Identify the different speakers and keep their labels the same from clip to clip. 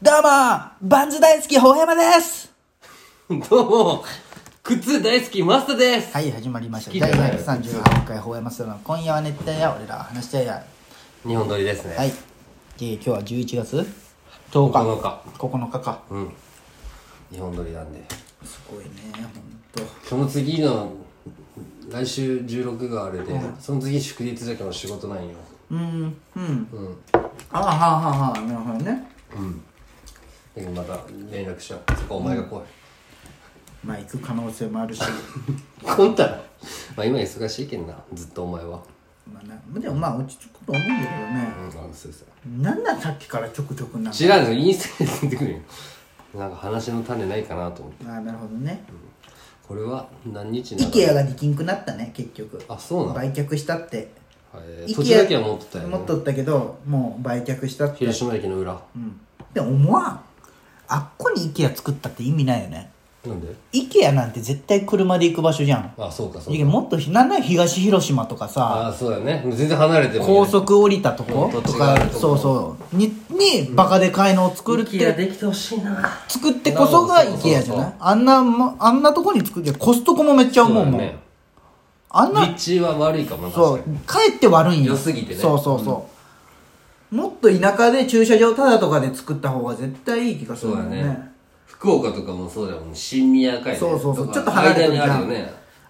Speaker 1: どうもバンズ大好き、ほうやまです
Speaker 2: どうも、靴大好き、マスタです。
Speaker 1: はい、始まりまし
Speaker 2: 好き
Speaker 1: た。
Speaker 2: だ
Speaker 1: 第
Speaker 2: ね
Speaker 1: 138回、ほうやまストの今夜は熱帯夜、俺らは話したいや。
Speaker 2: 日本撮りですね。
Speaker 1: はい。で、今日は11月10日。
Speaker 2: 9日。
Speaker 1: 9日か。
Speaker 2: うん。日本撮りなんで。
Speaker 1: すごいね、ほんと。
Speaker 2: その次の、来週16があれで、その次祝日だけど仕事なんよ。
Speaker 1: うーん、うん。
Speaker 2: うん。
Speaker 1: あははははなるほどね。
Speaker 2: うん。だけどまた連絡しよう。そこお前が来い。
Speaker 1: まあ、行く可能性もあるし。
Speaker 2: こんたら。まあ今忙しいけんな、ずっとお前は。
Speaker 1: まあな、でもまあ、落ち着くと思うんだけどね
Speaker 2: う。ん、あそうそう。
Speaker 1: なんなんさっきからちょくちょくなんか
Speaker 2: 知らんの、インスタで出てくるよ。なんか話の種ないかなと思って。
Speaker 1: あーなるほどね。
Speaker 2: これは何日なの
Speaker 1: IKEA ができんくなったね、結局。
Speaker 2: あ、そうなの
Speaker 1: 売却したって。
Speaker 2: えー
Speaker 1: IKEA
Speaker 2: 土地だけは持ってたよ、ね。
Speaker 1: 持っとったけどもう売却したって
Speaker 2: 広島駅の裏
Speaker 1: うんでも思わんあっこに IKEA 作ったって意味ないよね
Speaker 2: なんで
Speaker 1: IKEA なんて絶対車で行く場所じゃん
Speaker 2: あそうかそう
Speaker 1: い
Speaker 2: か
Speaker 1: やもっとひなんなら東広島とかさ
Speaker 2: あそうだよね全然離れてる、ね、
Speaker 1: 高速降りたとこ
Speaker 2: もっと
Speaker 1: と
Speaker 2: 違うとこ
Speaker 1: かそうそうににバカでかいのを作るって
Speaker 2: できてほしいな
Speaker 1: 作ってこそが
Speaker 2: なるほど
Speaker 1: IKEA じゃ
Speaker 2: そうそう
Speaker 1: な
Speaker 2: そ
Speaker 1: いあんなもあんなとこに作ってコストコもめっちゃ
Speaker 2: そう
Speaker 1: 思
Speaker 2: だ
Speaker 1: う
Speaker 2: よ
Speaker 1: も
Speaker 2: ね
Speaker 1: んあんな
Speaker 2: 立地は悪いかもな
Speaker 1: そう
Speaker 2: 確かに
Speaker 1: かえって悪いんよ
Speaker 2: 良すぎてね
Speaker 1: そうそうそう、もっと田舎で駐車場タダとかで作った方が絶対いい気がする
Speaker 2: そう
Speaker 1: もん
Speaker 2: だね
Speaker 1: ね
Speaker 2: 福岡とかもそうだよね新宮会、ね、
Speaker 1: そうそうそう
Speaker 2: とか
Speaker 1: ちょっと離れてるじゃん
Speaker 2: 間に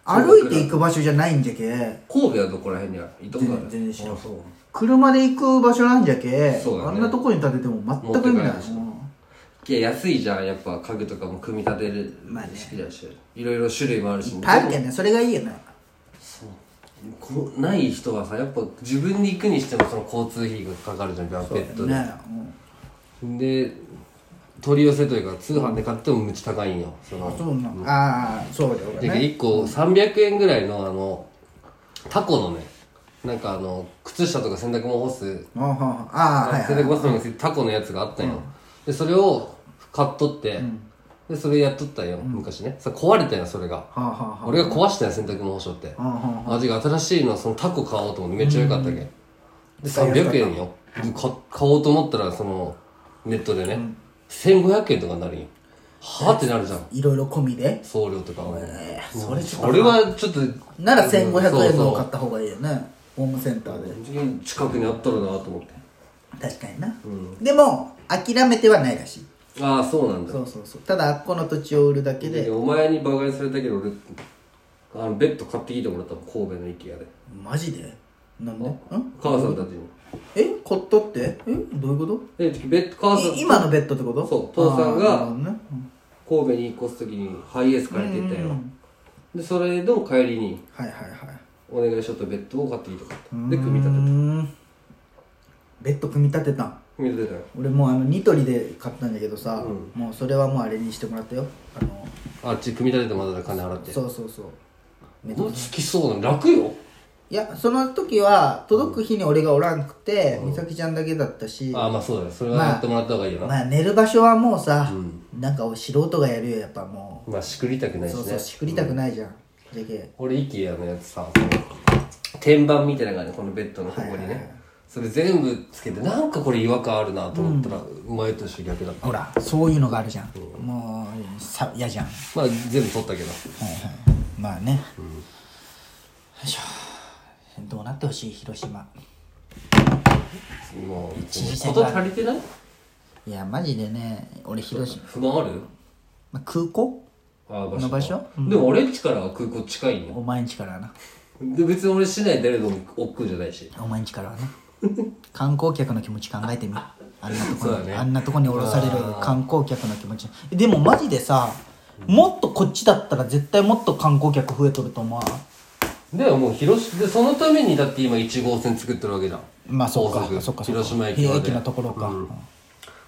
Speaker 2: あるよ
Speaker 1: 歩
Speaker 2: ね
Speaker 1: いて行く場所じゃないんじゃけ
Speaker 2: 神戸はどこら辺にある伊東
Speaker 1: 全然知らん
Speaker 2: あそう
Speaker 1: 車で行く場所なんじゃけ
Speaker 2: そうだね
Speaker 1: あんなとこに建てても全く意味ない
Speaker 2: 持って帰るし
Speaker 1: うん
Speaker 2: いや安いじゃんやっぱ家具とかも組み立てる
Speaker 1: まあね
Speaker 2: 好きだし、いろいろ種類もあるし
Speaker 1: あるけどねそれがいいよね
Speaker 2: こない人はさやっぱ自分で行くにしてもその交通費がかかるじゃんペットで
Speaker 1: ね、うん
Speaker 2: で取り寄せというか通販で買ってもむっちゃ高いんよその
Speaker 1: あそうな、ああそうだよ
Speaker 2: で
Speaker 1: ね
Speaker 2: 1個300円ぐらいのあのタコのねなんかあの靴下とか洗濯物干す
Speaker 1: あははああはい
Speaker 2: 洗
Speaker 1: はい
Speaker 2: 濯物干すのにタコのやつがあったんよ、でそれを買っとって、でそれやっとったんよ、昔ねさ壊れたんよそれが、
Speaker 1: はあはあはあ
Speaker 2: 俺が壊したんよ洗濯物干しとって、
Speaker 1: あは
Speaker 2: あ、てか新しいのそのタコ買おうと思ってめっちゃ良かったけ、ん、で300円よでか買おうと思ったらそのネットでね、1500円とかになるんよはあってなるじゃん
Speaker 1: いろいろ込みで
Speaker 2: 送料とかも、
Speaker 1: それちょっと
Speaker 2: 俺はちょっと
Speaker 1: なら1500円のを買
Speaker 2: っ
Speaker 1: った方がいいよねホームセンターで
Speaker 2: 近くにあったらなと思って
Speaker 1: 確かにな、でも諦めてはないらしい
Speaker 2: ああそうなんだ
Speaker 1: そうそうそうただあっこの土地を売るだけで
Speaker 2: でお前に馬鹿にされたけど俺あのベッド買ってきてもらったの神戸の IKEA で
Speaker 1: マジでなんでん
Speaker 2: 母さんたちに
Speaker 1: えコットってえどういうこ
Speaker 2: えベッド母
Speaker 1: と
Speaker 2: さん
Speaker 1: い今のベッドってこと
Speaker 2: そう父さん
Speaker 1: あーなる
Speaker 2: が
Speaker 1: ほどねうん
Speaker 2: 神戸に引っ越す時にハイエース借りてったよ、でそれの帰りに
Speaker 1: はいはいはい
Speaker 2: お願いしとったベッドを買ってきてもらった
Speaker 1: う
Speaker 2: で組み立てた
Speaker 1: ーんベッド組み立てたん
Speaker 2: 組み立てたよ
Speaker 1: 俺もうあのニトリで買ったんだけどさ、
Speaker 2: うん
Speaker 1: もうそれはもうあれにしてもらったよあの
Speaker 2: あっち組み立ててまだ金払って
Speaker 1: そうそうそうめっちゃ
Speaker 2: もうつきそうなの楽よ
Speaker 1: いやその時は届く日に俺がおらんくて、美咲ちゃんだけだったし
Speaker 2: ああまあそうだよそれはやってもらった方がいいよな、まあ
Speaker 1: まあ寝る場所はもうさ、なんか素人がやるよやっぱも
Speaker 2: しくりたくな
Speaker 1: う
Speaker 2: いしね
Speaker 1: そうそうしくりたくないじゃん、じゃけ
Speaker 2: 俺 IKEA のやつさその天板みたいなのがあるねこのベッドのここにね、それ全部つけてなんかこれ違和感あるなと思ったら、うまいとして逆だった
Speaker 1: ほらそういうのがあるじゃん、もうさ嫌じゃんはい
Speaker 2: まあ全部取ったけど
Speaker 1: はいまあね、よいしょどうなってほしい広島
Speaker 2: もう別
Speaker 1: 一時
Speaker 2: に
Speaker 1: 戦
Speaker 2: こと足りてない
Speaker 1: いやマジでね俺広島、
Speaker 2: 不満ある
Speaker 1: まあ、空港
Speaker 2: ああ場
Speaker 1: の場所
Speaker 2: でも俺んちからは空港近いんよ
Speaker 1: お前んちからはな
Speaker 2: で別に俺市内出るのも億劫じゃないし
Speaker 1: お前んちから はね観光客の気持ち考えてみあんなとこ
Speaker 2: そうだ
Speaker 1: に、
Speaker 2: ね
Speaker 1: あんなとこに降ろされる観光客の気持ちでもマジでさもっとこっちだったら絶対もっと観光客増えとると思わん
Speaker 2: でももう広島でそのためにだって今1号線作ってるわけじゃん
Speaker 1: まあそっか
Speaker 2: 高速
Speaker 1: そっかそっか
Speaker 2: 広島駅
Speaker 1: 平
Speaker 2: ま
Speaker 1: 駅
Speaker 2: で
Speaker 1: のところか、
Speaker 2: うん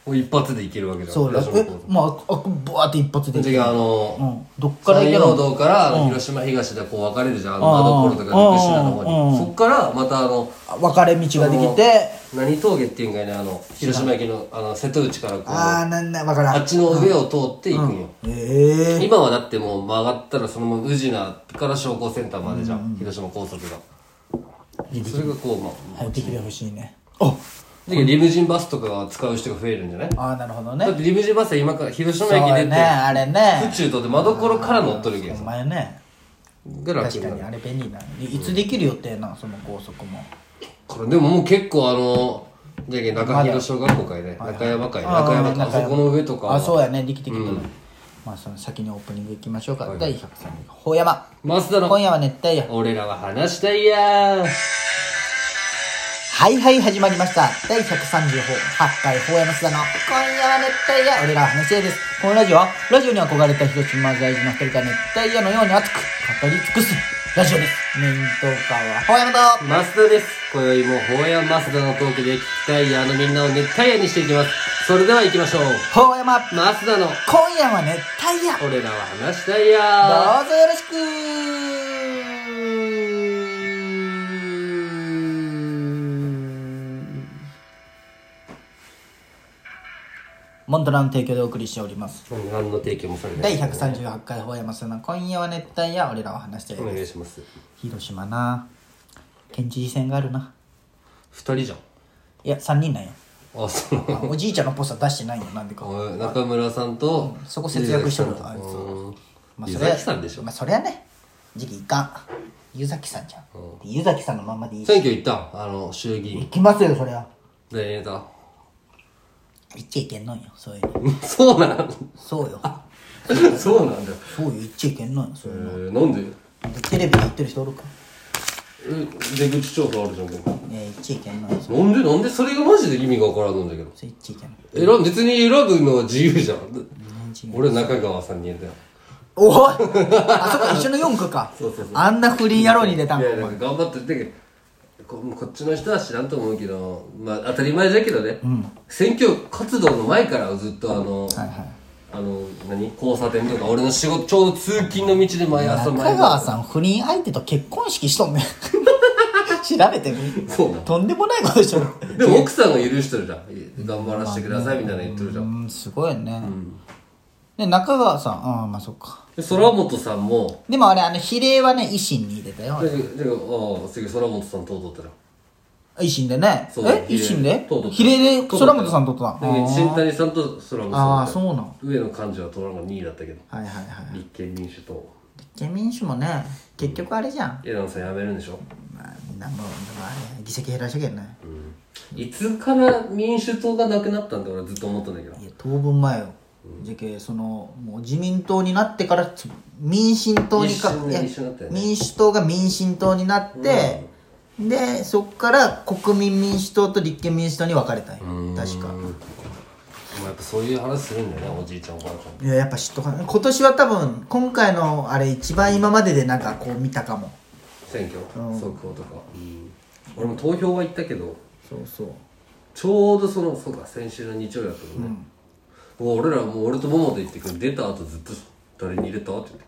Speaker 2: もう一発で行けるわけじゃん
Speaker 1: そうだ
Speaker 2: 広島
Speaker 1: え
Speaker 2: 高速
Speaker 1: まああブワーって一発で
Speaker 2: 次あの
Speaker 1: うんどっから行
Speaker 2: 山
Speaker 1: けば
Speaker 2: 陽道からあの広島東でこう分かれるじゃん、あの
Speaker 1: あー
Speaker 2: 窓幌とか福島の方
Speaker 1: うん
Speaker 2: にそっからまたあの
Speaker 1: 分かれ道ができて
Speaker 2: 何峠っていうんかいねあの広島駅のあの瀬戸内からこう
Speaker 1: あ
Speaker 2: あ
Speaker 1: あなんだ分からん
Speaker 2: っちの上を通っていくんよ、
Speaker 1: ええ
Speaker 2: 今はだってもう曲がったらそのまま宇品から商工センターまでじゃん、広島高速がそれがこうまあ
Speaker 1: 入ってきてほしいねあ
Speaker 2: だけどリムジンバスとかが使う人が増えるんじゃない
Speaker 1: ああなるほど
Speaker 2: だっ
Speaker 1: ね
Speaker 2: てリムジンバスは今から広
Speaker 1: そ
Speaker 2: 島
Speaker 1: う
Speaker 2: 駅
Speaker 1: や
Speaker 2: 出
Speaker 1: ね
Speaker 2: て、
Speaker 1: あれね
Speaker 2: 府中とって窓ころから乗っとるけど
Speaker 1: ほんまやね
Speaker 2: が楽
Speaker 1: 確
Speaker 2: に
Speaker 1: か
Speaker 2: なる
Speaker 1: にあれ便利なのいいつできる予定なんその高速も
Speaker 2: これでももう結構あのじゃけ中広小学校会で中山会
Speaker 1: あー
Speaker 2: 中山会あそこの上とかは
Speaker 1: あそうやねできてきてる、
Speaker 2: うん
Speaker 1: まあその先にオープニングいきましょうか、第103回「ほうやま」
Speaker 2: 増田
Speaker 1: 今
Speaker 2: の
Speaker 1: 夜は熱帯夜
Speaker 2: 俺らは話したいやー
Speaker 1: はいはい始まりました第138回「ほうやま須田の今夜は熱帯夜俺らは話し合いです」このラジオはラジオに憧れた広島在住の二人が熱帯夜のように熱く語り尽くすラジオですメイントーカーはほうやまと
Speaker 2: 増田です今宵もほうや増田のトークで聞きたいやーのみんなを熱帯夜にしていきますそれでは行きましょう
Speaker 1: ほうやま
Speaker 2: 増田の
Speaker 1: 今夜は熱帯夜
Speaker 2: 俺らは話したいやー
Speaker 1: どうぞよろしくモントラの提供でお送りしております
Speaker 2: 何の提供もされない
Speaker 1: 第138回ほうやまさんの今夜は熱帯夜俺らは話して
Speaker 2: お
Speaker 1: る
Speaker 2: 願いします
Speaker 1: 広島な県知事選があるな
Speaker 2: 二人じゃん
Speaker 1: いや3人なんよ
Speaker 2: あその
Speaker 1: あおじいちゃんのポスター出してないよなんでか
Speaker 2: おい中村さんと、
Speaker 1: そこ節約しとるあいつは
Speaker 2: うん
Speaker 1: まあ
Speaker 2: 湯
Speaker 1: それ
Speaker 2: 崎さんでしょ
Speaker 1: まあそれはね時期いかん湯崎さんじゃん湯崎さんのまんまでいい
Speaker 2: 選挙行ったんあの衆議
Speaker 1: 行
Speaker 2: 院
Speaker 1: きますよそりゃ
Speaker 2: でネタ
Speaker 1: 行っちゃいけんのんよそういうの
Speaker 2: そうなん
Speaker 1: そうよ
Speaker 2: そうなんだよ
Speaker 1: そうよ行っちゃいけんのんよそういうの
Speaker 2: なんで
Speaker 1: でテレビで言ってる人おるか
Speaker 2: 出口調査あるじゃんでも
Speaker 1: いや行っちゃいけんのんよそ
Speaker 2: なんでなんでそれがマジで意味がわからんのんだけど
Speaker 1: れ行っちゃいけんの
Speaker 2: 選ん別に選ぶのは自由じゃん
Speaker 1: 自
Speaker 2: 俺中川さんに言えたよ
Speaker 1: おいあそこ一緒の四区かあんな不倫野郎に出たん
Speaker 2: い
Speaker 1: か
Speaker 2: やなんか頑張ってるだけどここっちの人は知らんと思うけどまあ当たり前だけどね、選挙活動の前からずっとあの、
Speaker 1: はいはい
Speaker 2: あの何交差点とか俺の仕事ちょうど通勤の道で毎朝毎
Speaker 1: 中
Speaker 2: 朝
Speaker 1: 川さん不倫相手と結婚式しとんねん 調べてみ
Speaker 2: そうな
Speaker 1: とんでもないことしとる
Speaker 2: でも奥さんが許してるじゃん頑張らせてくださいみたいな言ってるじゃ
Speaker 1: うんんすごいね、で中川さんああまあそっか
Speaker 2: で空本さんも
Speaker 1: でもあれあの比例はね維新に入れたよ
Speaker 2: だけどだけどああ次空本さんとうとったら
Speaker 1: 維新でね
Speaker 2: そう
Speaker 1: え
Speaker 2: 比例
Speaker 1: 維新で
Speaker 2: そうそう
Speaker 1: 比例で空本さんとったの
Speaker 2: だけど新谷さんと空本さん
Speaker 1: ああそうなん
Speaker 2: 上の幹事は取らんが2位だったけど
Speaker 1: はいはいはい
Speaker 2: 立憲民主党
Speaker 1: 立憲民主もね結局あれじゃん、
Speaker 2: 枝野さん辞めるんでしょ
Speaker 1: まあ、みんなもうでもあれ議席減らしゃけんない
Speaker 2: いつから民主党がなくなったんだ俺ずっと思ったんだけど
Speaker 1: いや当分前よじゃけそのもう自民党になってからつ民進党にか
Speaker 2: 一緒ね
Speaker 1: いや
Speaker 2: 一緒になったよね
Speaker 1: 民主党が民進党になって、でそっから国民民主党と立憲民主党に分かれたんよ確か
Speaker 2: お前やっぱそういう話するんだよねおじいちゃんおばあちゃん
Speaker 1: いややっぱ知っとかない今年は多分今回のあれ一番今まででなんかこう見たかも
Speaker 2: 選挙速報とか、俺も投票は行ったけど
Speaker 1: そうそう
Speaker 2: ちょうどそのそうか先週の日曜日だったのね、もう俺らもう俺と桃と行ってくる出た後ずっと「誰に入れた?」って言って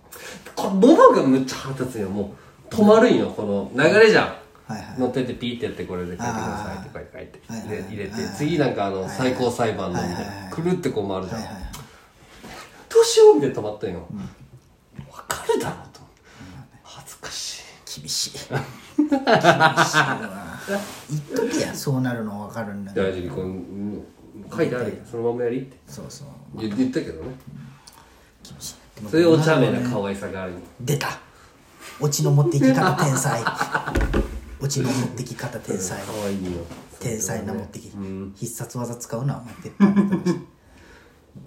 Speaker 2: こモモがむっちゃ腹立つんよもう止まるんよこの流れじゃん、
Speaker 1: はいはい
Speaker 2: 乗っててピーってやってこれで書いてくださいとか書いて
Speaker 1: はいはいはい
Speaker 2: で入れて次なんかあの最高裁判のみた
Speaker 1: はいはいいは
Speaker 2: ないくるってこう回るじゃん、
Speaker 1: はいはい
Speaker 2: どうしようみたいな止まったんよ、わかるだろうと思って恥ずかしい
Speaker 1: 厳しい厳しいな一時やそうなるの分かるんだけど
Speaker 2: 大丈夫こう書いてあるよそのままやりって
Speaker 1: そうそう
Speaker 2: 言言ったけどね
Speaker 1: 厳しいでも
Speaker 2: そういうお茶目な可愛さがある
Speaker 1: 出たオチの持っていき方天才オチの持ってき方天才
Speaker 2: 可愛いよ
Speaker 1: 天才な持ってき
Speaker 2: うん
Speaker 1: 必殺技使うなお前って言ったんだけ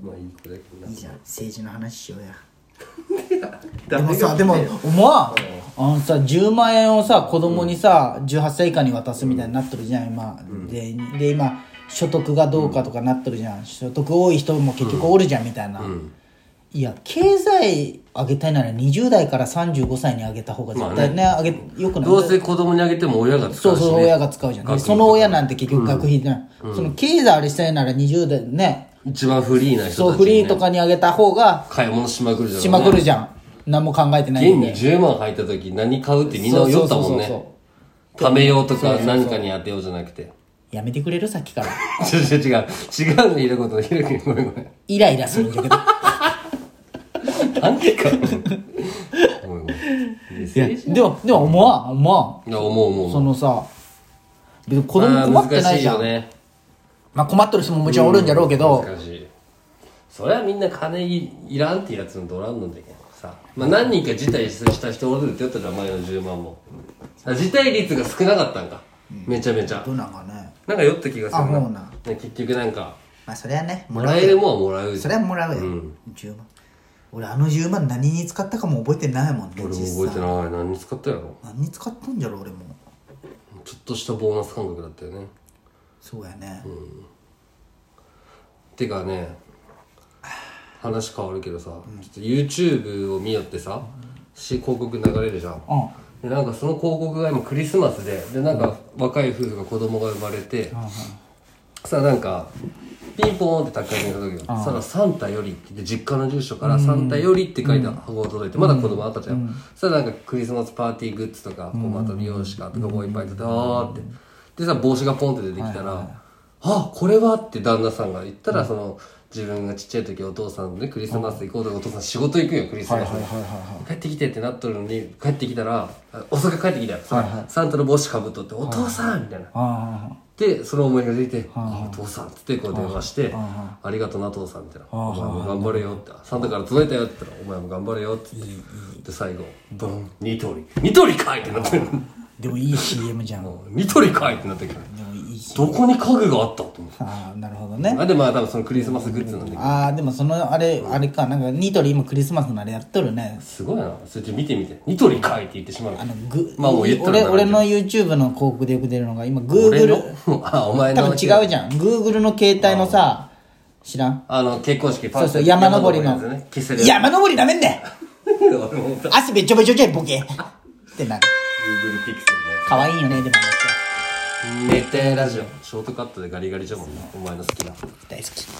Speaker 2: まあいい子だけど
Speaker 1: どいいじゃん政治の話しようや
Speaker 2: な
Speaker 1: でもさでもお前はあのさ10万円をさ子供にさ18歳以下に渡すみたいになってるじゃん今でで今所得がどうかとかなってるじゃん所得多い人も結局おるじゃんみたいな、いや経済上げたいなら20代から35歳に上げた方が絶対ね,、上げよくない
Speaker 2: どうせ子供にあげても親が使
Speaker 1: そうう
Speaker 2: しね
Speaker 1: そう親が使うじゃんで
Speaker 2: 学費
Speaker 1: その親なんて結局学費じゃん、その経済あれしたいなら20代ね
Speaker 2: 一番フリーな人たち
Speaker 1: そうフリーとかに上げた方が
Speaker 2: 買い物しまくるじゃん
Speaker 1: しまくるじゃん、何も考えてない
Speaker 2: 現
Speaker 1: ん
Speaker 2: に
Speaker 1: で
Speaker 2: 10万入った時何買うってみんな酔ったも
Speaker 1: そ
Speaker 2: ん
Speaker 1: うそうそう
Speaker 2: ね貯めようとか何かに当てようじゃなくて
Speaker 1: やめてくれるさっきから
Speaker 2: 違う違う違う違うのいることひろきごめんご めん
Speaker 1: イライラするんだけど
Speaker 2: 何でかごめんごめんいや
Speaker 1: でもでも思わん思わん
Speaker 2: 思う思う思う
Speaker 1: そのさ別に子供困ってないじゃん、
Speaker 2: あー難しいよね
Speaker 1: まあ困っとる人ももちろんおるんじゃろうけど、
Speaker 2: 難しいそりゃみんな金いいらんってやつのドラんのでさまあ何人か辞退した人おるって言ったじゃん前の10万もあ辞退率が少なかったんか、めちゃめちゃ
Speaker 1: どうなんかね
Speaker 2: なんか酔った気がする
Speaker 1: あそうなん
Speaker 2: ね結局なんか
Speaker 1: まあそれはね
Speaker 2: もらえるもんはもらう
Speaker 1: それはもらうよ、
Speaker 2: うん
Speaker 1: 10万俺あの10万何に使ったかも覚えてないもんね
Speaker 2: 俺も
Speaker 1: 実
Speaker 2: 覚えて
Speaker 1: 際
Speaker 2: ない何に使ったやろ
Speaker 1: 何に使ったんじゃろ俺も
Speaker 2: ちょっとしたボーナス感覚だったよね
Speaker 1: そうやね、
Speaker 2: てかね話変わるけどさ、ちょっと YouTube を見よってさ、し広告流れるじゃん、
Speaker 1: うん
Speaker 2: でなんかその広告が今クリスマスででなんか若い夫婦が子供が生まれて、さあなんかピンポーンって宅配に行った時がさあサンタよりって実家の住所からサンタよりって書いた箱が届いてまだ子供赤ちゃんよさあなんかクリスマスパーティーグッズとかこうまた美容師かとかもういっぱい出てあーってでさ帽子がポンって出てきたら「あこれは?」って旦那さんが言ったらその自分がちっちゃい時お父さんでクリスマス行こうとかお父さん仕事行くよクリスマス
Speaker 1: はい
Speaker 2: に
Speaker 1: はいは
Speaker 2: 帰ってきてってなっとるのに帰ってきたらあ遅く帰ってきたよ、サンタの帽子かぶっとって「お父さん!」みたいな、
Speaker 1: あ
Speaker 2: でその思いが出て「あお父さん」っつってこう電話して「ありがとな父さん」みたいな「お前も頑張れよ」って「サンタから届いたよ」って言ったら「お前も頑張れよ」って言ってで最後「ドンニトリ」「ニトリかい!」ってなってる
Speaker 1: あでもいい CM じゃんでも
Speaker 2: ニトリかい!」ってなってる
Speaker 1: いいし
Speaker 2: どこに家具があったと思って
Speaker 1: ああなるほどね
Speaker 2: あでまあ多分そのクリスマスグッズなんだけど
Speaker 1: ああでもそのあれあれかなんかニトリ今クリスマスのあれやっとるね
Speaker 2: すごいなそれちょっと見てみて「ニトリかい!」って言ってしまう
Speaker 1: あのグ
Speaker 2: まあもう言っ
Speaker 1: 俺
Speaker 2: たらダメだ
Speaker 1: 俺の YouTube の広告でよく出るのが今
Speaker 2: 俺
Speaker 1: Google
Speaker 2: の あお前
Speaker 1: 多
Speaker 2: の
Speaker 1: 分違うじゃん Google の携帯のさ知らん
Speaker 2: あの、結婚式パ
Speaker 1: そうそう山登りの
Speaker 2: キスで。
Speaker 1: 山登りなめんね
Speaker 2: 俺もさ、
Speaker 1: 汗べちょべちょじゃんボケってなる
Speaker 2: Google ピクセ
Speaker 1: 可愛いよねでもあの
Speaker 2: ルのやつ。寝てラジオ。ショートカットでガリガリじゃもんな。お前の好きな。
Speaker 1: 人大好き